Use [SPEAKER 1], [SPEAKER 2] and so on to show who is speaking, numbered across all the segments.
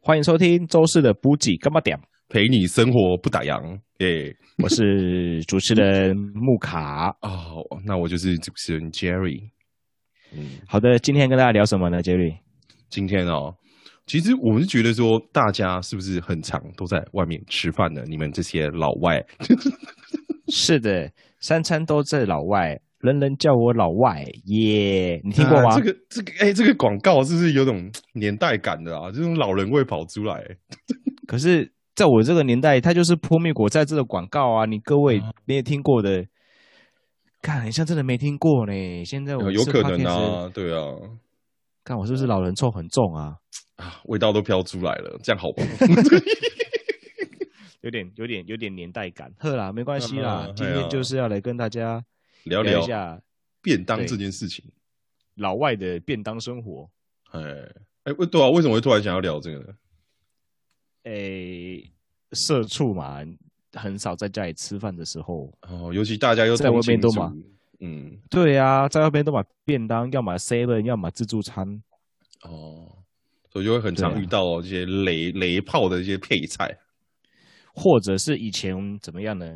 [SPEAKER 1] 欢迎收听周四的补给干巴点，
[SPEAKER 2] 陪你生活不打烊。
[SPEAKER 1] 嗯
[SPEAKER 2] 耶、
[SPEAKER 1] 我是主持人木卡。
[SPEAKER 2] 哦，那我就是主持人 Jerry。嗯，
[SPEAKER 1] 好的，今天跟大家聊什么呢，Jerry？
[SPEAKER 2] 今天哦，其实我是觉得说，大家是不是很常都在外面吃饭呢？你们这些老外，
[SPEAKER 1] 是的，三餐都在老外，人人叫我老外耶你听过吗？
[SPEAKER 2] 啊这个这个，哎、这个广告是不是有种年代感的啊？这种老人味跑出来、
[SPEAKER 1] 可是在我这个年代，它就是泼蜜果在这个广告啊，你各位
[SPEAKER 2] 啊
[SPEAKER 1] 没有听过的，看，你像真的没听过呢。现在我
[SPEAKER 2] 有
[SPEAKER 1] 是
[SPEAKER 2] 可能
[SPEAKER 1] podcast，
[SPEAKER 2] 啊，对啊，
[SPEAKER 1] 看我是不是老人臭很重啊？
[SPEAKER 2] 啊，味道都飘出来了，这 样好吧？
[SPEAKER 1] 有点有点有点年代感。呵啦，没关系
[SPEAKER 2] 嗯
[SPEAKER 1] 啦，
[SPEAKER 2] 嗯
[SPEAKER 1] 今
[SPEAKER 2] 哎
[SPEAKER 1] 天
[SPEAKER 2] 呀
[SPEAKER 1] 就是要来跟大家
[SPEAKER 2] 聊
[SPEAKER 1] 聊
[SPEAKER 2] 聊
[SPEAKER 1] 一下
[SPEAKER 2] 便当
[SPEAKER 1] 对
[SPEAKER 2] 这件事情。
[SPEAKER 1] 老外的便当生活。
[SPEAKER 2] 哎哎，为对啊，为什么会突然想要聊这个呢？
[SPEAKER 1] 诶、社畜嘛，很少在家里吃饭的时候，
[SPEAKER 2] 哦，尤其大家又
[SPEAKER 1] 在外
[SPEAKER 2] 通勤
[SPEAKER 1] 面都
[SPEAKER 2] 族
[SPEAKER 1] 忙，
[SPEAKER 2] 嗯，
[SPEAKER 1] 对啊，在外边都买便当，要买 seven，要买自助餐。
[SPEAKER 2] 哦，所以就会很
[SPEAKER 1] 对
[SPEAKER 2] 常
[SPEAKER 1] 啊
[SPEAKER 2] 遇到这些雷雷炮的一些配菜，
[SPEAKER 1] 或者是以前怎么样呢？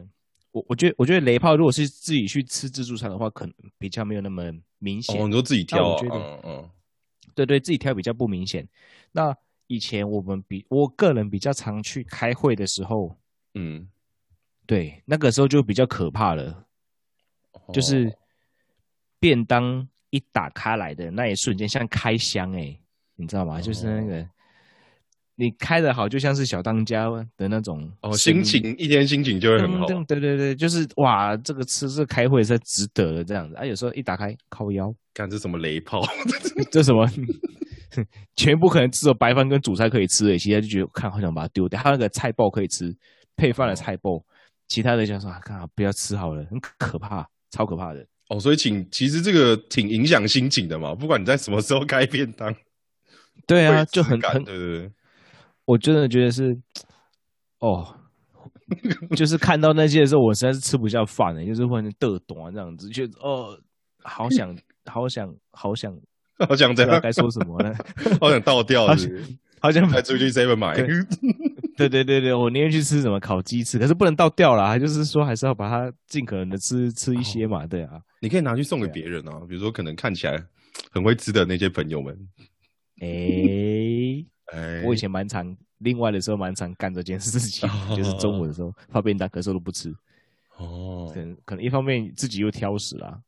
[SPEAKER 1] 我我觉得，我觉得雷炮如果是自己去吃自助餐的话，可能比较没有那么明显。
[SPEAKER 2] 哦，你说自己挑啊，
[SPEAKER 1] 但我觉
[SPEAKER 2] 嗯嗯，
[SPEAKER 1] 对对，自己挑比较不明显。那以前我们比我个人比较常去开会的时候，
[SPEAKER 2] 嗯，
[SPEAKER 1] 对那个时候就比较可怕了，
[SPEAKER 2] 哦
[SPEAKER 1] 就是便当一打开来的那一瞬间，像开箱哎、你知道
[SPEAKER 2] 哦
[SPEAKER 1] 吗？就是那个你开的好，就像是小当家的那种
[SPEAKER 2] 哦，
[SPEAKER 1] 声
[SPEAKER 2] 心
[SPEAKER 1] 音
[SPEAKER 2] 情一天心情就会很好，
[SPEAKER 1] 嗯对对对，就是哇，这个吃这个开会是值得的这样子啊。有时候一打开靠腰，
[SPEAKER 2] 看这什么雷炮，
[SPEAKER 1] 这什么 全部可能只有白饭跟主菜可以吃而已，其他就觉得看好想把它丢掉。还有那个菜爆可以吃，配饭
[SPEAKER 2] 哦
[SPEAKER 1] 的菜爆，其他的想说啊，看好不要吃好了，很可怕，超可怕的。
[SPEAKER 2] 哦，所以请其实这个挺影响心情的嘛，不管你在什么时候开便当，
[SPEAKER 1] 对啊，
[SPEAKER 2] 会
[SPEAKER 1] 就
[SPEAKER 2] 质
[SPEAKER 1] 很
[SPEAKER 2] 感
[SPEAKER 1] 很，
[SPEAKER 2] 对对对，
[SPEAKER 1] 我真的觉得是，哦。就是看到那些的时候，我实在是吃不下饭了，就是会嘚短这样子，觉得哦，好想，好想，好 想
[SPEAKER 2] 好想
[SPEAKER 1] 不
[SPEAKER 2] 这
[SPEAKER 1] 知道
[SPEAKER 2] 样，
[SPEAKER 1] 啊该说什么了，
[SPEAKER 2] 好想倒掉
[SPEAKER 1] 好
[SPEAKER 2] 是
[SPEAKER 1] 想
[SPEAKER 2] 不是，
[SPEAKER 1] 好想
[SPEAKER 2] 还出去 seven 买，
[SPEAKER 1] 对 对对对对，我宁愿去吃什么烤鸡翅，可是不能倒掉啦，就是说还是要把它尽可能的吃吃一些嘛，对啊，
[SPEAKER 2] 你可以拿去送给
[SPEAKER 1] 对啊
[SPEAKER 2] 别人啊，比如说可能看起来很会吃的那些朋友们，
[SPEAKER 1] 诶，
[SPEAKER 2] 哎，
[SPEAKER 1] 我以前蛮常，另外的时候蛮常干这件事情，
[SPEAKER 2] 哦
[SPEAKER 1] 就是中午的时候泡便当，可是我都不吃，
[SPEAKER 2] 哦
[SPEAKER 1] 可，能可能一方面自己又挑食啦，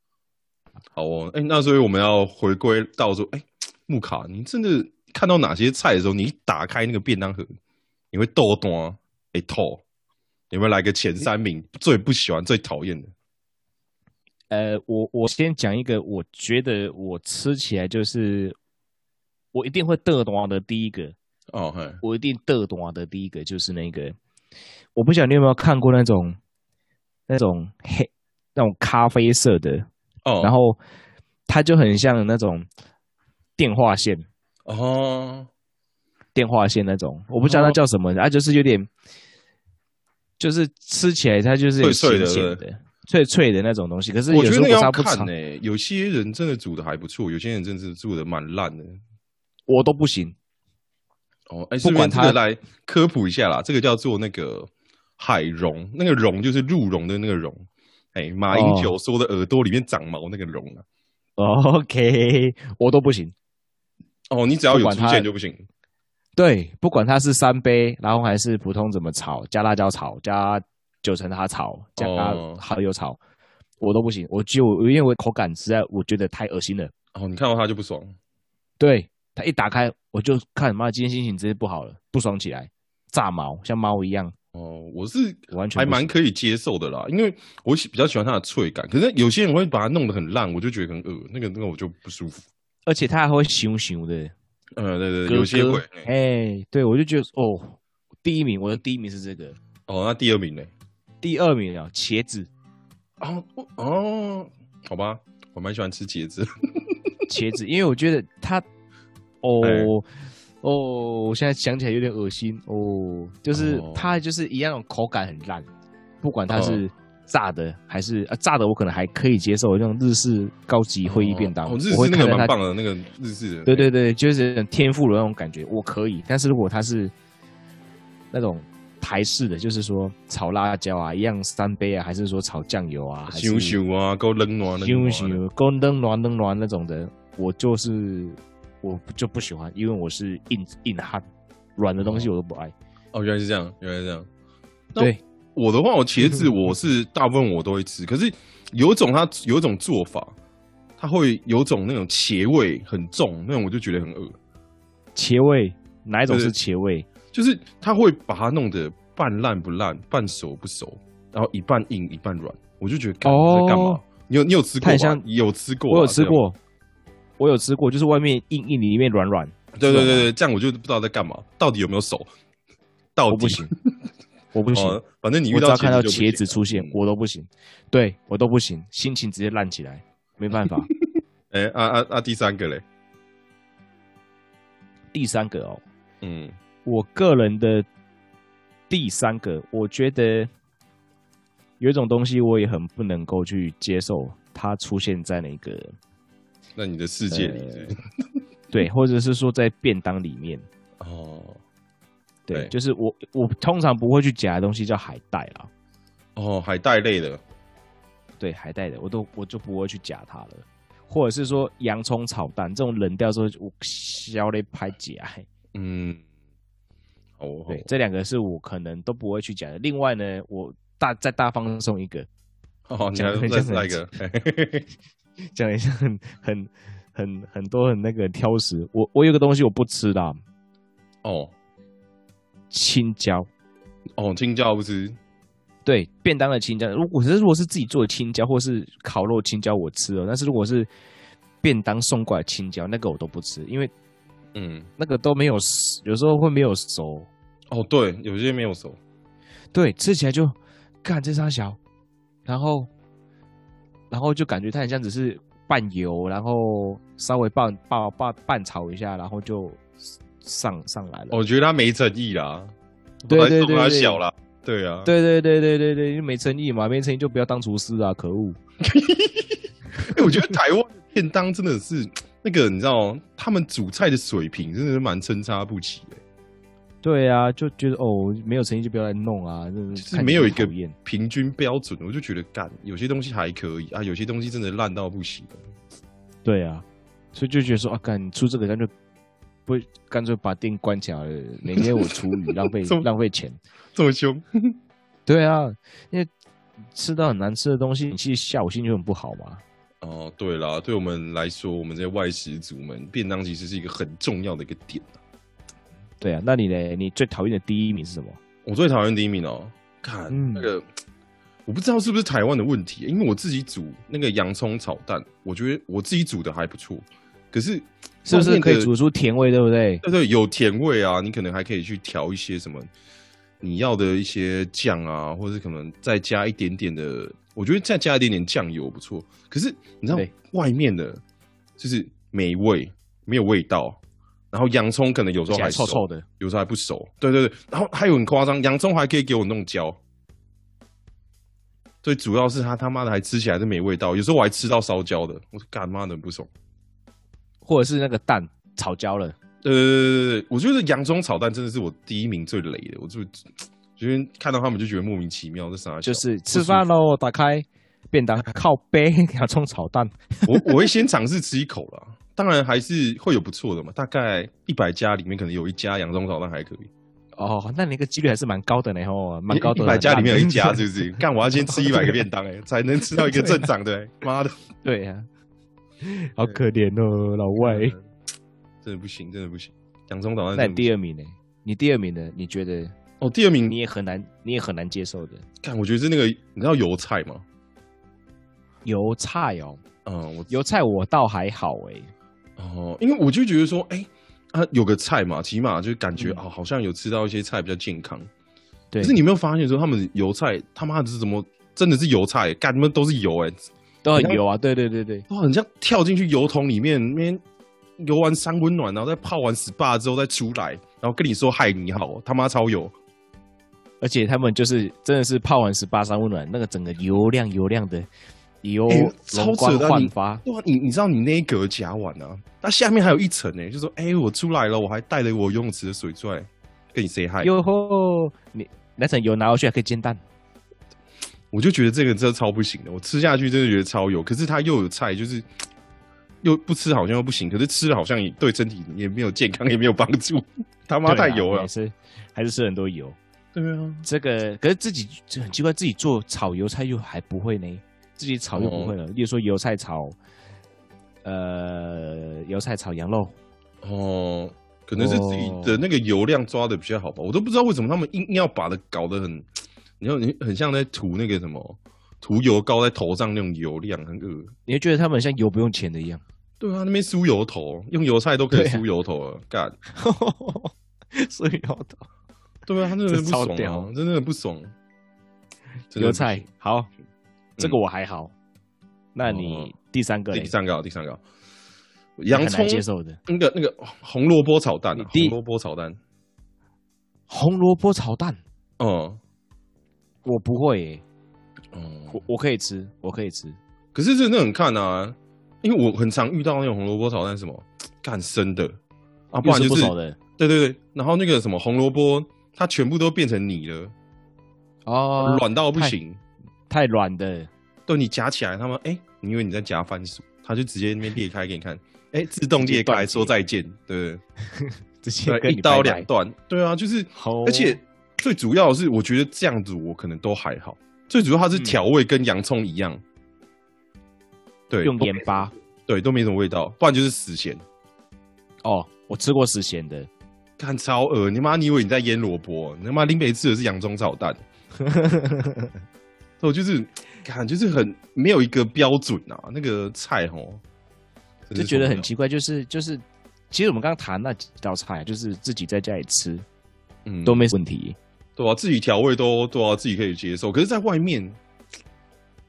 [SPEAKER 2] 好哦，哎、那所以我们要回归到说，哎、木卡，你真的看到哪些菜的时候，你一打开那个便当盒，你会豆端哎透，有没有来个前三名最不喜欢、最讨厌的？
[SPEAKER 1] 呃，我我先讲一个，我觉得我吃起来就是我一定会嘚短的第一个，
[SPEAKER 2] 哦嘿，
[SPEAKER 1] 我一定得懂的第一个就是那个，我不晓得你有没有看过那种那种黑那种咖啡色的，
[SPEAKER 2] 哦，
[SPEAKER 1] 然后它就很像那种电话线
[SPEAKER 2] 哦，
[SPEAKER 1] 电话线那种，我不知道那叫什么，它、就是有点就是吃起来它就是有
[SPEAKER 2] 脆脆的
[SPEAKER 1] 咸咸
[SPEAKER 2] 对不
[SPEAKER 1] 的脆脆的那种东西，可是
[SPEAKER 2] 我
[SPEAKER 1] 有时
[SPEAKER 2] 觉得
[SPEAKER 1] 候
[SPEAKER 2] 那个
[SPEAKER 1] 我
[SPEAKER 2] 要
[SPEAKER 1] 杀不
[SPEAKER 2] 看
[SPEAKER 1] 长
[SPEAKER 2] 呢、，有些人真的煮的还不错，有些人真的是煮的蛮烂的。
[SPEAKER 1] 我都不行。
[SPEAKER 2] 哦，哎、
[SPEAKER 1] 不
[SPEAKER 2] 顺
[SPEAKER 1] 管
[SPEAKER 2] 便这
[SPEAKER 1] 它
[SPEAKER 2] 个来科普一下啦，这个叫做那个海茸，那个茸就是鹿茸的那个茸，哎、马英
[SPEAKER 1] 哦
[SPEAKER 2] 九说的耳朵里面长毛那个茸啊。
[SPEAKER 1] OK，我都不行。
[SPEAKER 2] 哦，你只要
[SPEAKER 1] 不
[SPEAKER 2] 有
[SPEAKER 1] 管
[SPEAKER 2] 出
[SPEAKER 1] 它
[SPEAKER 2] 现就不行。
[SPEAKER 1] 对，不管它是三杯，然后还是普通怎么炒，加辣椒炒，加九层塔炒，加
[SPEAKER 2] 哦
[SPEAKER 1] 蚝油炒，我都不行。我就因为我口感实在，我觉得太恶心了。
[SPEAKER 2] 哦，你看到他就不爽。
[SPEAKER 1] 对，它一打开，我就看妈今天心情直接不好了，不爽起来，炸毛，像猫一样，
[SPEAKER 2] 哦，我是
[SPEAKER 1] 我完全
[SPEAKER 2] 还
[SPEAKER 1] 不
[SPEAKER 2] 蛮
[SPEAKER 1] 行
[SPEAKER 2] 可以接受的啦，因为我喜比较喜欢它的脆感。可是有些人会把它弄得很烂，我就觉得很恶，那个那个我就不舒服。
[SPEAKER 1] 而且它还会熊熊的，
[SPEAKER 2] 呃，对对
[SPEAKER 1] 咯
[SPEAKER 2] 有些
[SPEAKER 1] 咯
[SPEAKER 2] 会。
[SPEAKER 1] 哎、对我就觉得哦，第一名，我的第一名是这个，
[SPEAKER 2] 哦，那第二名呢？
[SPEAKER 1] 第二名啊，茄子，
[SPEAKER 2] 哦我哦，好吧，我蛮喜欢吃茄子。
[SPEAKER 1] 茄子，因为我觉得它，哦、
[SPEAKER 2] 哎
[SPEAKER 1] 哦，我现在想起来有点恶心哦，就是
[SPEAKER 2] 哦
[SPEAKER 1] 它就是一样口感很烂，不管它是炸的，还是啊炸的我可能还可以接受，那种日式高级会议便当，
[SPEAKER 2] 哦，日
[SPEAKER 1] 我会
[SPEAKER 2] 式那
[SPEAKER 1] 看
[SPEAKER 2] 个
[SPEAKER 1] 到它
[SPEAKER 2] 蛮棒的，那个日式的，
[SPEAKER 1] 对对对，就是很天赋的那种感觉，我可以。但是如果他是那种台式的，就是说炒辣椒啊，一样三杯啊，还是说炒酱油啊，还是
[SPEAKER 2] 羞羞啊，够冷暖的，
[SPEAKER 1] 咻咻，够冷暖冷暖那种的，我就是我就不喜欢，因为我是硬硬汉，软的东西我都不爱。
[SPEAKER 2] 哦，原来是这样，原来是这样。那
[SPEAKER 1] 对，
[SPEAKER 2] 我的话，我茄子我是大部分我都会吃，可是有一种它有一种做法，它会有种那种茄味很重，那种我就觉得很恶，
[SPEAKER 1] 茄味哪一种
[SPEAKER 2] 对
[SPEAKER 1] 是茄味？
[SPEAKER 2] 就是它会把它弄得半烂不烂，半熟不熟，然后一半硬一半软，我就觉得干
[SPEAKER 1] 哦
[SPEAKER 2] 在干嘛？你有你有吃过
[SPEAKER 1] 它很
[SPEAKER 2] 吧
[SPEAKER 1] 像？
[SPEAKER 2] 有吃过吧？啊
[SPEAKER 1] 我有吃过，我有吃过，就是外面硬硬，里面软软，
[SPEAKER 2] 这样。对对对对，这样我就不知道在干嘛，到底有没有熟？到
[SPEAKER 1] 我
[SPEAKER 2] 底
[SPEAKER 1] 不 行，我不行。
[SPEAKER 2] 哦，反正你遇
[SPEAKER 1] 我只
[SPEAKER 2] 到
[SPEAKER 1] 要看到
[SPEAKER 2] 就不
[SPEAKER 1] 茄
[SPEAKER 2] 行嗯
[SPEAKER 1] 子出现，我都不行，对我都不行，心情直接烂起来，没办 法。
[SPEAKER 2] 哎、啊啊啊！第三个嘞，
[SPEAKER 1] 第三个哦，
[SPEAKER 2] 嗯，
[SPEAKER 1] 我个人的第三个，我觉得有一种东西我也很不能够去接受，它出现在那个
[SPEAKER 2] 那你的世界里是不是
[SPEAKER 1] 对，或者是说在便当里面，
[SPEAKER 2] 哦
[SPEAKER 1] 对，
[SPEAKER 2] 对
[SPEAKER 1] 就是我我通常不会去夹的东西叫海带啦，
[SPEAKER 2] 哦，海带类的，
[SPEAKER 1] 对海带的，我都我就不会去夹它了。或者是说洋葱炒蛋这种冷掉之后，我削嘞拍夹。
[SPEAKER 2] 嗯，好哦，
[SPEAKER 1] 对，这两个是我可能都不会去讲的。另外呢，我大再大放送一个，
[SPEAKER 2] 哦，你
[SPEAKER 1] 讲
[SPEAKER 2] 还
[SPEAKER 1] 得很
[SPEAKER 2] 再
[SPEAKER 1] 像
[SPEAKER 2] 来一个
[SPEAKER 1] 很， 讲一下很很很很多很那个挑食。我我有个东西我不吃的啊、
[SPEAKER 2] 哦
[SPEAKER 1] 青椒。
[SPEAKER 2] 哦，青椒不吃，
[SPEAKER 1] 对，便当的青椒，如果可是如果是自己做的青椒或是烤肉青椒，我吃了。哦但是如果是便当送过来的青椒，那个我都不吃，因为
[SPEAKER 2] 嗯，
[SPEAKER 1] 那个都没有熟，有时候会没有熟。
[SPEAKER 2] 哦，对，有些没有熟，
[SPEAKER 1] 对，吃起来就干这沙小，然后然后就感觉它很像只是拌油，然后稍微拌拌拌拌炒一下，然后就上上来了。
[SPEAKER 2] 哦我觉得他没诚意啦，
[SPEAKER 1] 对对对
[SPEAKER 2] 他
[SPEAKER 1] 对
[SPEAKER 2] 小啦，对啊，，
[SPEAKER 1] 对对对对对对，因为没诚意嘛，没诚意就不要当厨师啊！可恶，
[SPEAKER 2] 哎，我觉得台湾的便当真的是那个，你知道，他们煮菜的水平真的是蛮参差不齐
[SPEAKER 1] 嗯
[SPEAKER 2] 的，
[SPEAKER 1] 对啊，就觉得哦，没有诚意就不要来弄啊，真
[SPEAKER 2] 就是
[SPEAKER 1] 看
[SPEAKER 2] 没
[SPEAKER 1] 着就
[SPEAKER 2] 有一个
[SPEAKER 1] 讨厌
[SPEAKER 2] 平均标准，我就觉得干，有些东西还可以啊，有些东西真的烂到不行，
[SPEAKER 1] 对啊，所以就觉得说啊，干你出这个干脆不干脆把店关起来了，每天我厨余浪 费
[SPEAKER 2] 怎么
[SPEAKER 1] 浪费钱。
[SPEAKER 2] 这么凶，
[SPEAKER 1] 对啊，因为吃到很难吃的东西，你其实下午心情很不好嘛。
[SPEAKER 2] 哦，对啦，对我们来说，我们这些外食族们，便当其实是一个很重要的一个点。啊
[SPEAKER 1] 对啊，那你呢？你最讨厌的第一名是什么？
[SPEAKER 2] 我最讨厌第一名哦，看、
[SPEAKER 1] 嗯
[SPEAKER 2] 那个，我不知道是不是台湾的问题，欸因为我自己煮那个洋葱炒蛋，我觉得我自己煮的还不错，可是
[SPEAKER 1] 是不
[SPEAKER 2] 外
[SPEAKER 1] 是
[SPEAKER 2] 面
[SPEAKER 1] 可
[SPEAKER 2] 的
[SPEAKER 1] 以煮出甜味，对不对？
[SPEAKER 2] 对对，有甜味啊，你可能还可以去调一些什么你要的一些酱啊，或者可能再加一点点的，我觉得再加一点点酱油不错。可是你知道
[SPEAKER 1] 对
[SPEAKER 2] 外面的，就是没味，没有味道，然后洋葱可能有时候还
[SPEAKER 1] 起
[SPEAKER 2] 熟，
[SPEAKER 1] 来臭臭的，
[SPEAKER 2] 有时候还不熟。对对对，然后还有很夸张，洋葱还可以给我弄焦。最主要是他他妈的还吃起来是没味道，有时候我还吃到烧焦的，我说干妈的很不爽。
[SPEAKER 1] 或者是那个蛋炒焦了，
[SPEAKER 2] 对对对对对，呃我觉得洋葱炒蛋真的是我第一名最雷的，我就觉得看到他们就觉得莫名其妙，这啥小？
[SPEAKER 1] 就是吃饭喽，打开便当，靠 背洋葱炒蛋，
[SPEAKER 2] 我我会先尝试吃一口啦，当然还是会有不错的嘛，大概一百家里面可能有一家洋葱炒蛋还可以，
[SPEAKER 1] 哦，那你那个几率还是蛮高的呢，哦，蛮高的。
[SPEAKER 2] 一百家里面 有一家是
[SPEAKER 1] 就
[SPEAKER 2] 不是？干，我要先吃一百个便当哎、才能吃到一个正常的、欸，妈的，
[SPEAKER 1] 对啊呀、好可怜哦，老外。
[SPEAKER 2] 真的不行，真的不行，洋葱炒蛋
[SPEAKER 1] 那
[SPEAKER 2] 真
[SPEAKER 1] 你
[SPEAKER 2] 的不行。
[SPEAKER 1] 第二名呢？你第二名呢？你觉得
[SPEAKER 2] 哦，第二名
[SPEAKER 1] 你也很难，你也很难接受的
[SPEAKER 2] 看，我觉得是那个你知道油菜吗？
[SPEAKER 1] 油菜哦，
[SPEAKER 2] 嗯，我
[SPEAKER 1] 油菜我倒还好欸诶、
[SPEAKER 2] 哦，因为我就觉得说，哎、啊，有个菜嘛，起码就感觉、
[SPEAKER 1] 嗯
[SPEAKER 2] 哦，好像有吃到一些菜比较健康。
[SPEAKER 1] 对，
[SPEAKER 2] 可是你有没有发现说，他们油菜他妈的是怎么真的是油菜，干他们都是油哎、
[SPEAKER 1] 都很油啊，对对对对，
[SPEAKER 2] 都很像跳进去油桶里面，那边游完三温哦暖，然后再泡完 SPA 之后再出来，然后跟你说嗨你好，他妈超油。
[SPEAKER 1] 而且他们就是真的是泡完十八山温暖，那个整个油亮油亮的，油
[SPEAKER 2] 哎
[SPEAKER 1] 容
[SPEAKER 2] 超
[SPEAKER 1] 光
[SPEAKER 2] 扯的啊！
[SPEAKER 1] 焕
[SPEAKER 2] 你
[SPEAKER 1] 发，
[SPEAKER 2] 对啊，你你知道你那一格夹完啊，那下面还有一层呢、就说哎、我出来了，我还带了我游泳池的水出来跟你 say hi。
[SPEAKER 1] 哟吼！你那层油拿回去还可以煎蛋，
[SPEAKER 2] 我就觉得这个真的超不行的，我吃下去真的觉得超油，可是它又有菜，就是又不吃好像又不行，可是吃了好像也对身体也没有健康，也没有帮助， 他妈太
[SPEAKER 1] 对啊
[SPEAKER 2] 油了
[SPEAKER 1] 还。是还是吃很多油。
[SPEAKER 2] 对啊，
[SPEAKER 1] 这个可是自己这很奇怪，自己做炒油菜又还不会呢，自己炒又不会了。例如说油菜炒，呃，油菜炒羊肉，
[SPEAKER 2] 哦，可能是自己的那个油量抓的比较好吧，我都不知道为什么他们硬硬要把它搞得很，你看你很像在涂那个什么涂油膏在头上那种油量，很恶。
[SPEAKER 1] 你会觉得他们像油不用钱的一样，
[SPEAKER 2] 对啊，那边梳油头，用油菜都可以
[SPEAKER 1] 对啊
[SPEAKER 2] 梳油头了，干、
[SPEAKER 1] 所以油头
[SPEAKER 2] 对啊，他真的很不
[SPEAKER 1] 这超
[SPEAKER 2] 爽
[SPEAKER 1] 屌
[SPEAKER 2] 啊，真的很不爽。
[SPEAKER 1] 油
[SPEAKER 2] 真的很不
[SPEAKER 1] 菜
[SPEAKER 2] 爽
[SPEAKER 1] 好，这个我还好。那你第三个嘞
[SPEAKER 2] 第三个啊，第三个啊，
[SPEAKER 1] 很
[SPEAKER 2] 洋
[SPEAKER 1] 难
[SPEAKER 2] 葱
[SPEAKER 1] 接受的
[SPEAKER 2] 那个那个红萝卜炒蛋、
[SPEAKER 1] 你
[SPEAKER 2] 啊，
[SPEAKER 1] 第
[SPEAKER 2] 红萝卜炒蛋，
[SPEAKER 1] 红萝卜炒蛋，
[SPEAKER 2] 嗯
[SPEAKER 1] 我不会耶、
[SPEAKER 2] 嗯，
[SPEAKER 1] 我我可以吃，我可以吃。
[SPEAKER 2] 可是真的很看啊，因为我很常遇到那种红萝卜炒蛋，什么干生的啊，不然
[SPEAKER 1] 又不
[SPEAKER 2] 就是是
[SPEAKER 1] 熟的
[SPEAKER 2] 对对对，然后那个什么红萝卜，它全部都变成泥了，
[SPEAKER 1] 哦，
[SPEAKER 2] 软到不
[SPEAKER 1] 太
[SPEAKER 2] 行，
[SPEAKER 1] 太软的，
[SPEAKER 2] 对你夹起来，他们哎、你以为你在夹番薯，它就直接那边裂开给你看，哎、自动裂
[SPEAKER 1] 断
[SPEAKER 2] 开，
[SPEAKER 1] 节
[SPEAKER 2] 说再见，对
[SPEAKER 1] 直接
[SPEAKER 2] 对
[SPEAKER 1] 跟
[SPEAKER 2] 对，
[SPEAKER 1] 你
[SPEAKER 2] 一刀
[SPEAKER 1] 拜拜
[SPEAKER 2] 两，断，对啊，就是
[SPEAKER 1] 好哦
[SPEAKER 2] 而且最主要的是，我觉得这样子我可能都还好。最主要它是调
[SPEAKER 1] 嗯
[SPEAKER 2] 味跟洋葱一样，对，
[SPEAKER 1] 用
[SPEAKER 2] 都
[SPEAKER 1] 盐巴。
[SPEAKER 2] 对都没什么味道，不然就是死咸，
[SPEAKER 1] 哦，我吃过十咸的，
[SPEAKER 2] 看超恶！你妈，你以为你在腌萝卜？哦你他妈林北吃的是洋葱炒 蛋，所以我就是看就是很没有一个标准啊，那个菜吼，真
[SPEAKER 1] 就是觉得
[SPEAKER 2] 受不
[SPEAKER 1] 很
[SPEAKER 2] 了
[SPEAKER 1] 奇怪，就是就是，其实我们刚刚谈那几道菜，就是自己在家里吃
[SPEAKER 2] 嗯
[SPEAKER 1] 都没问题，
[SPEAKER 2] 对啊，自己调味都对啊，自己可以接受。可是，在外面，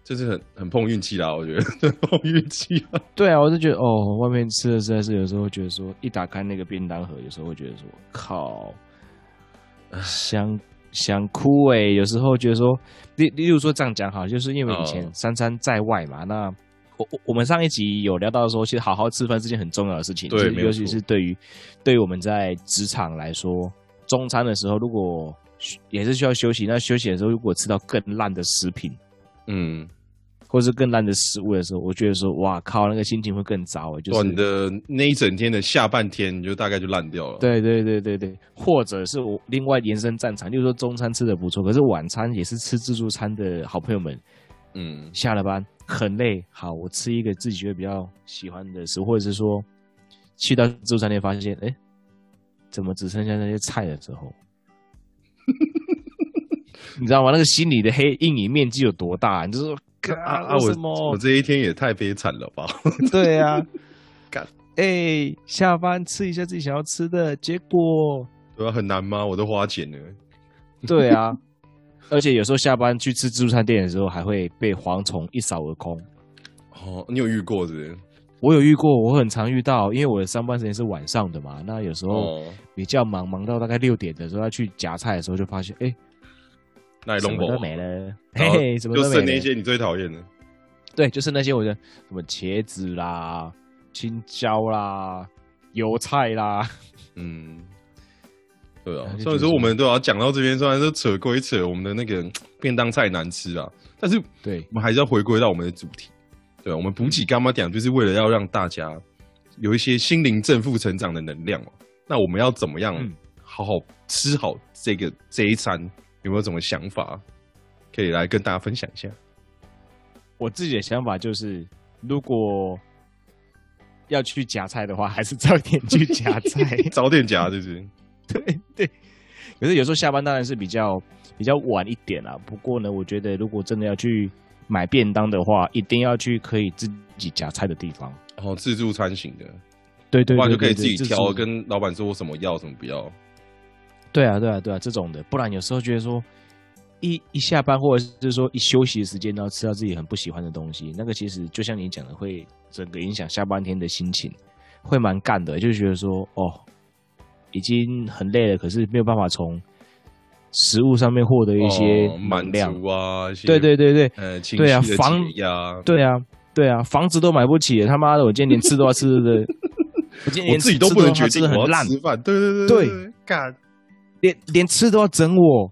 [SPEAKER 2] 就是很很碰运气啦，我觉得 很碰运气啊。
[SPEAKER 1] 对啊，我就觉得哦，外面吃的实在是有时候会觉得说，一打开那个便当盒，有时候会觉得说，靠，想想哭哎、有时候觉得说，例例如说这样讲好，就是因为以前
[SPEAKER 2] 哦
[SPEAKER 1] 珊珊在外嘛，那我我我们上一集有聊到说，其实好好吃饭是件很重要的事情，
[SPEAKER 2] 对
[SPEAKER 1] 就是
[SPEAKER 2] 没有
[SPEAKER 1] 尤其
[SPEAKER 2] 错
[SPEAKER 1] 是对于对于我们在职场来说，中餐的时候如果也是需要休息，那休息的时候如果吃到更烂的食品，
[SPEAKER 2] 嗯，
[SPEAKER 1] 或是更烂的食物的时候，我觉得说，哇靠，那个心情会更糟欸，就
[SPEAKER 2] 对啊
[SPEAKER 1] 是
[SPEAKER 2] 你的那一整天的下半天，你就大概就烂掉了。，
[SPEAKER 1] 对对对对对，或者是我另外延伸战场，就是说中餐吃的不错，可是晚餐也是吃自助餐的好朋友们，
[SPEAKER 2] 嗯，
[SPEAKER 1] 下了班很累，好，我吃一个自己觉得比较喜欢的食物，或者是说去到自助餐店发现，哎，怎么只剩下那些菜的时候，你知道吗？那个心里的黑阴影面积有多大？你就说，啊
[SPEAKER 2] 啊，
[SPEAKER 1] 为什
[SPEAKER 2] 我
[SPEAKER 1] 么
[SPEAKER 2] 我？这一天也太悲惨了吧？
[SPEAKER 1] 对啊
[SPEAKER 2] 干，
[SPEAKER 1] 哎、下班吃一下自己想要吃的，结果
[SPEAKER 2] 对啊，很难吗？我都花钱了。
[SPEAKER 1] 对啊，而且有时候下班去吃自助餐店的时候，还会被蝗虫一扫而空。
[SPEAKER 2] 哦，你有遇过是不是？
[SPEAKER 1] 我有遇过，我很常遇到，因为我的上班时间是晚上的嘛，那有时候
[SPEAKER 2] 哦，
[SPEAKER 1] 比较忙，忙到大概六点的时候要去夹菜的时候，就发现哎，
[SPEAKER 2] 那也
[SPEAKER 1] 什
[SPEAKER 2] 弄
[SPEAKER 1] 么
[SPEAKER 2] 不
[SPEAKER 1] 都
[SPEAKER 2] 好
[SPEAKER 1] 没了，
[SPEAKER 2] 然
[SPEAKER 1] 嘿
[SPEAKER 2] 后
[SPEAKER 1] 嘿，什么
[SPEAKER 2] 就
[SPEAKER 1] 都
[SPEAKER 2] 剩
[SPEAKER 1] 没
[SPEAKER 2] 那
[SPEAKER 1] 了。
[SPEAKER 2] 些你最讨厌的。
[SPEAKER 1] 对，就是那些我的什么茄子啦、青椒啦、油菜啦，
[SPEAKER 2] 嗯，对
[SPEAKER 1] 然
[SPEAKER 2] 啊
[SPEAKER 1] 后。就
[SPEAKER 2] 虽
[SPEAKER 1] 觉得
[SPEAKER 2] 然说我
[SPEAKER 1] 说
[SPEAKER 2] 们对啊，讲到这边，虽然说扯归扯，我们的那个嗯便当菜难吃啊，但是
[SPEAKER 1] 对，
[SPEAKER 2] 我们还是要回归到我们的主题。对啊，我们补
[SPEAKER 1] 嗯
[SPEAKER 2] 给干妈点就是为了要让大家有一些心灵正负成长的能量嘛。那我们要怎么样
[SPEAKER 1] 嗯
[SPEAKER 2] 好好吃好这个这一餐？有没有什么想法可以来跟大家分享一下？
[SPEAKER 1] 我自己的想法就是，如果要去夹菜的话，还是早一点去夹菜。
[SPEAKER 2] 早点夹，是不
[SPEAKER 1] 嗯
[SPEAKER 2] 是？
[SPEAKER 1] 可是有时候下班当然是比较比较晚一点啦。不过呢，我觉得如果真的要去买便当的话，一定要去可以自己夹菜的地方。
[SPEAKER 2] 哦，自助餐型的，
[SPEAKER 1] 对对
[SPEAKER 2] 不
[SPEAKER 1] 对
[SPEAKER 2] 然
[SPEAKER 1] 对
[SPEAKER 2] 就可以自己
[SPEAKER 1] 对
[SPEAKER 2] 挑，
[SPEAKER 1] 这是
[SPEAKER 2] 跟老板说我什么要，什么不要。
[SPEAKER 1] 对啊对啊对啊这种的，不然有时候觉得说一一下班或者是说一休息的时间，然后吃到自己很不喜欢的东西，那个其实就像你讲的，会整个影响下半天的心情，会蛮干的，就觉得说哦，已经很累了，可是没有办法从食物上面获得一些
[SPEAKER 2] 哦
[SPEAKER 1] 能
[SPEAKER 2] 满
[SPEAKER 1] 量。
[SPEAKER 2] 足啊，一些
[SPEAKER 1] 对对对对
[SPEAKER 2] 呃，情
[SPEAKER 1] 对啊
[SPEAKER 2] 绪的
[SPEAKER 1] 防
[SPEAKER 2] 解压，
[SPEAKER 1] 对啊，对啊，房子都买不起，他妈的，我今天连吃都要吃的，我今天
[SPEAKER 2] 我
[SPEAKER 1] 连
[SPEAKER 2] 自
[SPEAKER 1] 吃
[SPEAKER 2] 己都不
[SPEAKER 1] 要
[SPEAKER 2] 能决
[SPEAKER 1] 吃
[SPEAKER 2] 定
[SPEAKER 1] 得很
[SPEAKER 2] 我要
[SPEAKER 1] 烂，
[SPEAKER 2] 吃饭，对
[SPEAKER 1] 对
[SPEAKER 2] 对对，干
[SPEAKER 1] 连连吃都要整我。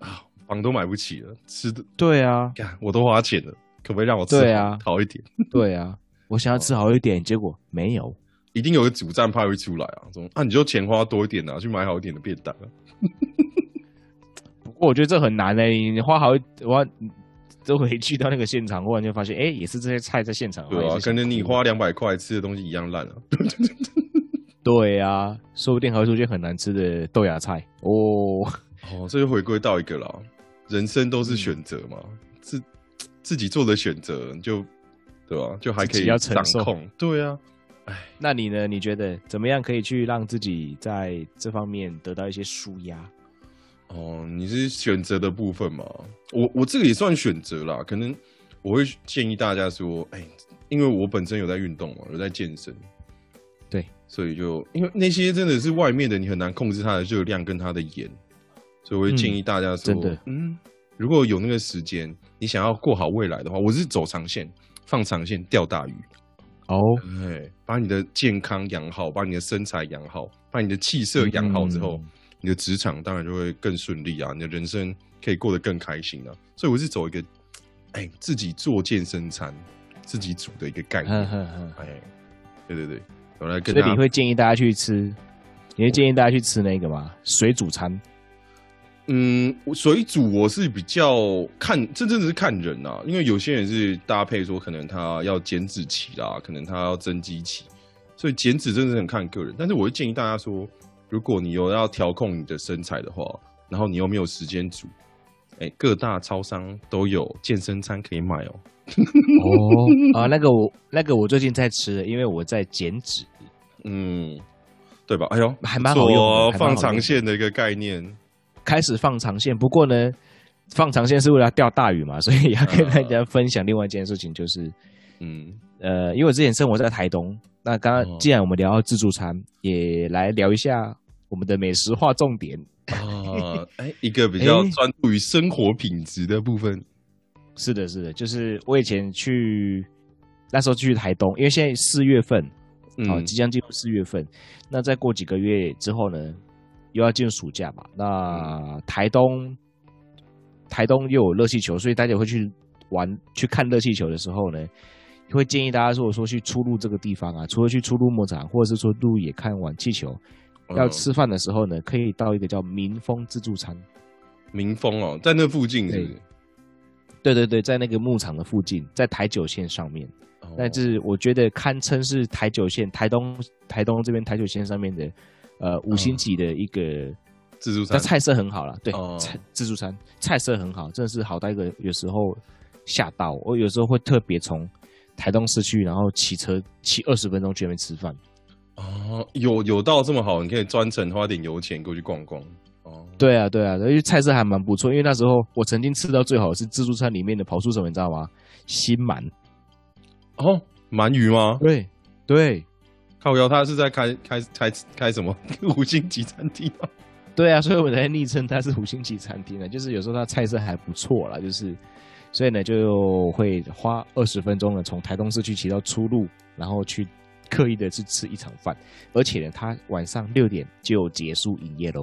[SPEAKER 2] 啊，房都买不起了，吃的
[SPEAKER 1] 对啊，
[SPEAKER 2] 干我都花钱了，可不可以让我吃
[SPEAKER 1] 对啊
[SPEAKER 2] 好好一点？
[SPEAKER 1] 对啊，我想要吃好一点，结果没有。
[SPEAKER 2] 一定有个主战派会出来啊，说啊，你就钱花多一点啊，去买好一点的便当啊，
[SPEAKER 1] 不过我觉得这很难嘞、你花好一我都回去到那个现场，忽然就发现，哎、也是这些菜在现场，
[SPEAKER 2] 对
[SPEAKER 1] 哦也
[SPEAKER 2] 啊，
[SPEAKER 1] 是想
[SPEAKER 2] 跟着你
[SPEAKER 1] 哭
[SPEAKER 2] 花两百块吃的东西一样 烂啊，
[SPEAKER 1] 对啊，说不定还会出现很难吃的豆芽菜哦。
[SPEAKER 2] 哦，这就回归到一个啦，人生都是选择嘛，
[SPEAKER 1] 嗯
[SPEAKER 2] 自自己做的选择，你就对吧、就还可
[SPEAKER 1] 自
[SPEAKER 2] 以
[SPEAKER 1] 己要承
[SPEAKER 2] 掌
[SPEAKER 1] 受
[SPEAKER 2] 控，对啊，
[SPEAKER 1] 那你呢？你觉得怎么样可以去让自己在这方面得到一些舒压？
[SPEAKER 2] 哦，你是选择的部分嘛？我我这个也算选择啦，可能我会建议大家说，哎，因为我本身有在运动嘛，有在健身，
[SPEAKER 1] 对，
[SPEAKER 2] 所以就因为那些真的是外面的，你很难控制它的热量跟它的盐，所以我会建议大家说，
[SPEAKER 1] 真的
[SPEAKER 2] 嗯，如果有那个时间，你想要过好未来的话，我是走长线，放长线钓大鱼，
[SPEAKER 1] 哦，
[SPEAKER 2] 哎，把你的健康养好，把你的身材养好，把你的气色养好之后，
[SPEAKER 1] 嗯
[SPEAKER 2] 你的职场当然就会更顺利啊，你的人生可以过得更开心啊。所以我是走一个，哎，自己做健身餐，自己煮的一个概
[SPEAKER 1] 呵
[SPEAKER 2] 念。
[SPEAKER 1] 呵呵。
[SPEAKER 2] 哎，对对对，我来
[SPEAKER 1] 嗯所
[SPEAKER 2] 跟大
[SPEAKER 1] 以
[SPEAKER 2] 家
[SPEAKER 1] 你会建议大家去吃，你会建议大家去吃那个吗？水煮 餐
[SPEAKER 2] 嗯，我水煮我是比较看，这真的是看人啊，因为有些人是搭配说，可能他要减脂期啦，啊可能他要增肌期，所以减脂真的是很看个人。但是我会建议大家说，如果你有要调控你的身材的话，然后你又没有时间煮，哎、各大超商都有健身餐可以买哦。
[SPEAKER 1] 哦啊，那个我那个我最近在吃的，因为我在减脂，
[SPEAKER 2] 嗯，对吧？哎呦，
[SPEAKER 1] 还蛮好用的
[SPEAKER 2] 不错哦
[SPEAKER 1] 还蛮好
[SPEAKER 2] 放
[SPEAKER 1] 用的
[SPEAKER 2] 长线的一个概念。
[SPEAKER 1] 开始放长线。不过呢，放长线是为了要钓大鱼嘛，所 以要跟大家分享另外一件事情，就是
[SPEAKER 2] 嗯，
[SPEAKER 1] 呃，因为我之前生活在台东，那刚
[SPEAKER 2] 哦
[SPEAKER 1] 刚既然我们聊到自助餐，也来聊一下我们的美食化重点。
[SPEAKER 2] 啊，哎，一个比较
[SPEAKER 1] 哎
[SPEAKER 2] 专注于生活品质的部分。
[SPEAKER 1] 是的，是的，就是我以前去那时候去台东，因为现在四月份，
[SPEAKER 2] 嗯，
[SPEAKER 1] 哦，即将进入四月份，那再过几个月之后呢，又要进入暑假嘛。
[SPEAKER 2] 嗯
[SPEAKER 1] 那台东，台东又有热气球，所以大家会去玩、去看热气球的时候呢，会建议大家，如果说去出入这个地方啊，除了去出入牧场，或者是说入野看玩气球，要
[SPEAKER 2] 嗯
[SPEAKER 1] 吃饭的时候呢，可以到一个叫民丰自助餐。
[SPEAKER 2] 民丰哦，在那附近是不是？
[SPEAKER 1] 对对对，在那个牧场的附近，在台九线上面。
[SPEAKER 2] 哦
[SPEAKER 1] 但是我觉得堪称是台九线、台东、台东这边台九线上面的，呃，五星级的一个，
[SPEAKER 2] 自助
[SPEAKER 1] 那、
[SPEAKER 2] 餐
[SPEAKER 1] 菜色很好啦，对，
[SPEAKER 2] 哦
[SPEAKER 1] 菜自助餐菜色很好，真的是好到一个有时候吓到我，有时候会特别从台东市区，然后骑车骑二十分钟去那边吃饭。
[SPEAKER 2] 哦，有有到这么好，你可以专程花点油钱过去逛逛哦。
[SPEAKER 1] 对啊，对啊，因为菜色还蛮不错，因为那时候我曾经吃到最好的是自助餐里面的跑出什么，你知道吗？新鳗。
[SPEAKER 2] 哦，鳗鱼吗？
[SPEAKER 1] 对对
[SPEAKER 2] 靠腰，他是在开开开开什么 五星级餐厅吗？
[SPEAKER 1] 对啊，所以我才昵称它是五星级餐厅呢，啊就是有时候它菜色还不错啦，就是所以呢就会花二十分钟呢从台东市区骑到出路，然后去刻意的去吃一场饭，而且呢它晚上六点就结束营业喽。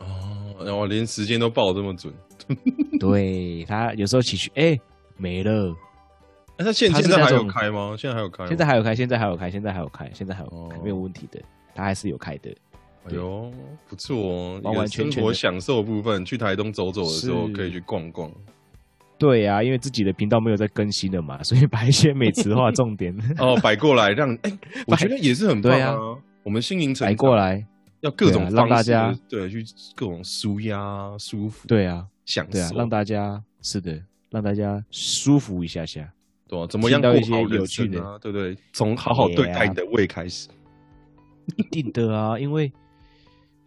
[SPEAKER 2] 哦，然后连时间都报这么准。
[SPEAKER 1] 对，它有时候起去哎、没了，
[SPEAKER 2] 哎那、他现
[SPEAKER 1] 它是
[SPEAKER 2] 现在
[SPEAKER 1] 那
[SPEAKER 2] 还有
[SPEAKER 1] 种
[SPEAKER 2] 开吗？现在还有开吗？
[SPEAKER 1] 现在还有开，现在还有开，现在还有开，现在还有开，
[SPEAKER 2] 哎哦
[SPEAKER 1] 没有问题的，它还是有开的。
[SPEAKER 2] 哎呦，不错哦，
[SPEAKER 1] 完完全
[SPEAKER 2] 一个
[SPEAKER 1] 全
[SPEAKER 2] 生
[SPEAKER 1] 的
[SPEAKER 2] 活享受部分，去台东走走的时候
[SPEAKER 1] 是
[SPEAKER 2] 可以去逛逛。
[SPEAKER 1] 对啊，因为自己的频道没有在更新了嘛，所以把一些美词化重点
[SPEAKER 2] 哦，摆过来让哎、我觉得也是很棒
[SPEAKER 1] 对
[SPEAKER 2] 啊。
[SPEAKER 1] 啊
[SPEAKER 2] 我们心灵成
[SPEAKER 1] 摆
[SPEAKER 2] 长
[SPEAKER 1] 过来。
[SPEAKER 2] 要各种
[SPEAKER 1] 对啊
[SPEAKER 2] 方
[SPEAKER 1] 让
[SPEAKER 2] 式，
[SPEAKER 1] 大家
[SPEAKER 2] 对去各种舒压、舒服、
[SPEAKER 1] 对啊，
[SPEAKER 2] 享受，
[SPEAKER 1] 对啊，让大家是的，让大家舒服一下下。
[SPEAKER 2] 对啊怎么样
[SPEAKER 1] 听到
[SPEAKER 2] 过
[SPEAKER 1] 一些
[SPEAKER 2] 好
[SPEAKER 1] 有
[SPEAKER 2] 人
[SPEAKER 1] 趣
[SPEAKER 2] 生
[SPEAKER 1] 的
[SPEAKER 2] 啊，对不对？从好好对待你的胃开始。
[SPEAKER 1] 一定的啊，因为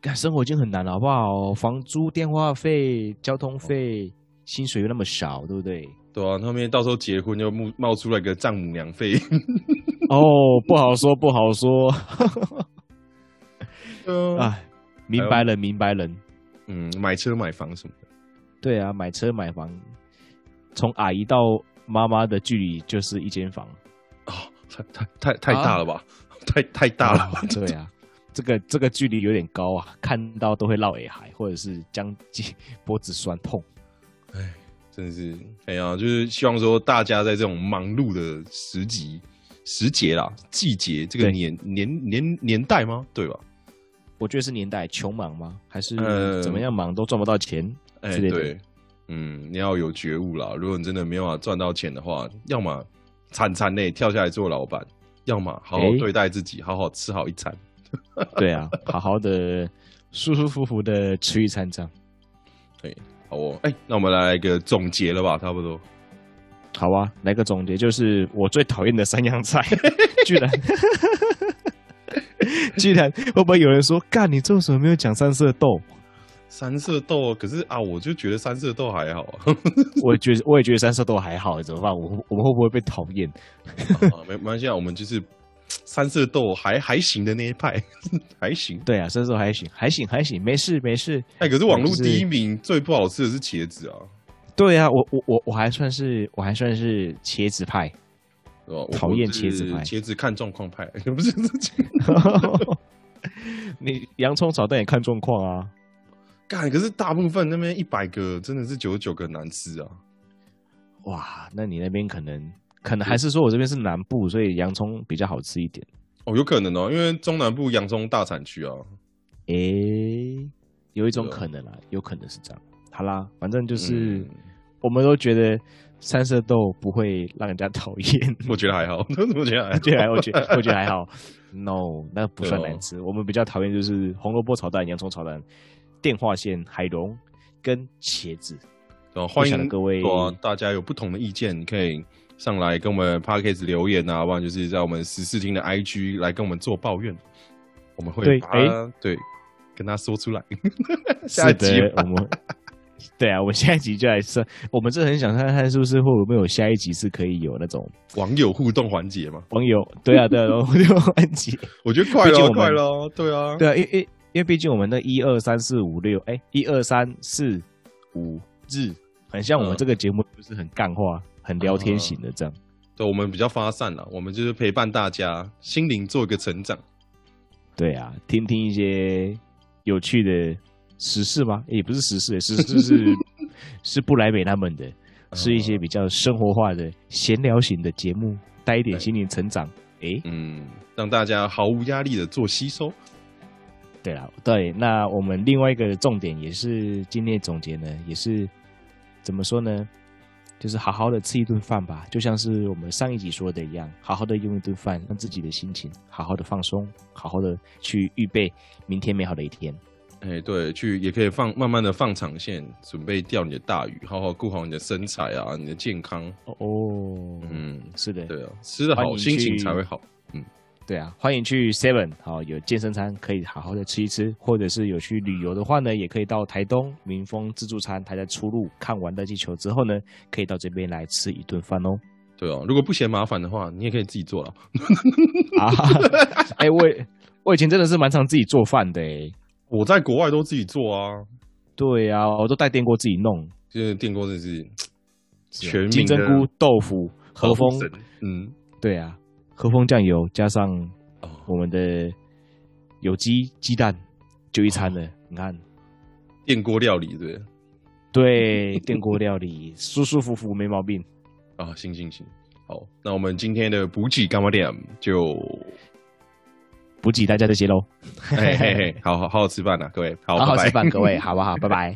[SPEAKER 1] 干生活已经很难了，好不好？房租、电话费、交通费，薪水又那么少，对不对？
[SPEAKER 2] 对啊，后面到时候结婚又冒冒出来个丈母娘 费，
[SPEAKER 1] 哦，不好说，不好说。
[SPEAKER 2] 对啊，
[SPEAKER 1] 啊哎，明白了，明白了。
[SPEAKER 2] 嗯，买车买房什么的，
[SPEAKER 1] 对啊，买车买房，从阿姨到妈妈的距离就是一间房，
[SPEAKER 2] 哦，太太太太大了吧，太太大了吧，
[SPEAKER 1] 对啊，这个这个距离有点高啊，看到都会落耳海，或者是将近 脖子酸痛。
[SPEAKER 2] 真的是，哎呀，就是希望说大家在这种忙碌的时节、时节啦、季节这个
[SPEAKER 1] 对
[SPEAKER 2] 年年年年代吗？对吧？
[SPEAKER 1] 我觉得是年代穷忙吗？还是
[SPEAKER 2] 呃
[SPEAKER 1] 怎么样忙都赚不到钱？
[SPEAKER 2] 哎、
[SPEAKER 1] 之类的
[SPEAKER 2] 对，嗯，你要有觉悟啦。如果你真的没有办法赚到钱的话，要么惨惨累跳下来做老板，要么好好
[SPEAKER 1] 哎
[SPEAKER 2] 对待自己，好好吃好一餐。
[SPEAKER 1] 对啊，好好的、舒舒服服的吃一餐这样。
[SPEAKER 2] 好哦，
[SPEAKER 1] 嗯
[SPEAKER 2] 哎、那我们来一个总结了吧，差不多。
[SPEAKER 1] 好啊，来个总结，就是我最讨厌的三样菜，居然， 居然会不会有人说，干你这为什么没有讲三色豆？
[SPEAKER 2] 三色豆，可是啊，我就觉得三色豆还好啊，
[SPEAKER 1] 我觉得我也觉得三色豆还好，怎么办？我我们会不会被讨厌？
[SPEAKER 2] 啊没没关系啊，我们就是三色豆还还行的那一派， 还行。
[SPEAKER 1] 对啊，三色豆还行，还行，还行，没事没事。
[SPEAKER 2] 哎、可是网络
[SPEAKER 1] 就是
[SPEAKER 2] 第一名最不好吃的是茄子啊，
[SPEAKER 1] 对啊，我我我我还算是我还算是茄子派，
[SPEAKER 2] 对吧？我
[SPEAKER 1] 讨厌
[SPEAKER 2] 我是
[SPEAKER 1] 茄子派
[SPEAKER 2] 茄子看状况派， 不是自己
[SPEAKER 1] 你洋葱炒蛋也看状况啊。
[SPEAKER 2] 干。可是大部分那边一百个真的是九十九个难吃啊。
[SPEAKER 1] 哇，那你那边可能可能还是说我这边是南部，所以洋葱比较好吃一点。
[SPEAKER 2] 哦，有可能哦，因为中南部洋葱大产区啊。
[SPEAKER 1] 诶、有一种
[SPEAKER 2] 对啊
[SPEAKER 1] 可能啦，有可能是这样。好啦，反正就是、
[SPEAKER 2] 嗯
[SPEAKER 1] 我们都觉得三色豆不会让人家讨厌。
[SPEAKER 2] 我觉得还好， 我觉得还好
[SPEAKER 1] 我觉得还，我觉得我觉得还好。No，那不算
[SPEAKER 2] 对哦
[SPEAKER 1] 难吃。我们比较讨厌就是红萝卜炒蛋、洋葱炒蛋、电话线、海龙跟茄子。
[SPEAKER 2] 对啊欢
[SPEAKER 1] 不晓得
[SPEAKER 2] 迎
[SPEAKER 1] 各位
[SPEAKER 2] 对啊大家有不同的意见，可以上来跟我们 p a c k a g e 留言啊，不然就是在我们十四厅的 IG 来跟我们做抱怨，我们会
[SPEAKER 1] 对
[SPEAKER 2] 把它对跟他说出来。下
[SPEAKER 1] 是
[SPEAKER 2] 一集
[SPEAKER 1] 的，我们对啊，我们下一集就来说，我们真的很想看看是不是会有没有下一集是可以有那种
[SPEAKER 2] 网友互动环节嘛，
[SPEAKER 1] 网友对啊对啊，我就换集
[SPEAKER 2] 我觉得快
[SPEAKER 1] 毕竟
[SPEAKER 2] 了，
[SPEAKER 1] 我们
[SPEAKER 2] 快了，对啊，
[SPEAKER 1] 对啊，因为因为因为毕竟我们那一二三四五六哎一二三四五日，很像我们
[SPEAKER 2] 嗯
[SPEAKER 1] 这个节目就是很干话、很聊天型的这样。
[SPEAKER 2] 对，我们比较发散了，我们就是陪伴大家心灵做一个成长。
[SPEAKER 1] 对啊，听听一些有趣的时事吗？也不是时事，时事 是是布莱美他们的，是一
[SPEAKER 2] 嗯
[SPEAKER 1] 些比较生活化的闲聊型的节目，带一点心灵成长。诶，
[SPEAKER 2] 嗯，让大家毫无压力的做吸收。
[SPEAKER 1] 对了，对，那我们另外一个重点也是今天的总结呢，也是怎么说呢？就是好好的吃一顿饭吧，就像是我们上一集说的一样，好好的用一顿饭，让自己的心情好好的放松，好好的去预备明天美好的一天。
[SPEAKER 2] 哎、对，去也可以放慢慢的放长线，准备钓你的大鱼，好好顾好你的身材啊，你的健康。
[SPEAKER 1] 哦，
[SPEAKER 2] 嗯，
[SPEAKER 1] 是的，
[SPEAKER 2] 对啊，吃的
[SPEAKER 1] 欢
[SPEAKER 2] 好，
[SPEAKER 1] 迎
[SPEAKER 2] 心情
[SPEAKER 1] 去
[SPEAKER 2] 才会好。
[SPEAKER 1] 对啊，欢迎去 Seven 好、有健身餐可以好好的吃一吃，或者是有去旅游的话呢，也可以到台东民丰自助餐，它在出入看完热气球之后呢，可以到这边来吃一顿饭哦。
[SPEAKER 2] 对啊，如果不嫌麻烦的话，你也可以自己做了。
[SPEAKER 1] 啊，哎、我也我以前真的是蛮常自己做饭的、欸，
[SPEAKER 2] 我在国外都自己做啊，
[SPEAKER 1] 对啊，我都带电锅自己弄，
[SPEAKER 2] 就是电锅真是
[SPEAKER 1] 是啊
[SPEAKER 2] 全
[SPEAKER 1] 金
[SPEAKER 2] 民的
[SPEAKER 1] 针菇、豆腐、和风，
[SPEAKER 2] 神嗯，
[SPEAKER 1] 对啊，和风酱油加上
[SPEAKER 2] 哦，
[SPEAKER 1] 我们的有机鸡蛋，就一餐
[SPEAKER 2] 哦
[SPEAKER 1] 了，你看。
[SPEAKER 2] 电锅料理对
[SPEAKER 1] 对，电锅料理 舒舒服服没毛病。
[SPEAKER 2] 啊，行行行，好，那我们今天的补给干嘛点 就，
[SPEAKER 1] 补给大家这些喽。
[SPEAKER 2] 嘿嘿嘿，好好好好吃饭啊，各位，好，
[SPEAKER 1] 好好
[SPEAKER 2] 拜拜
[SPEAKER 1] 吃饭，各位，好不好？拜拜。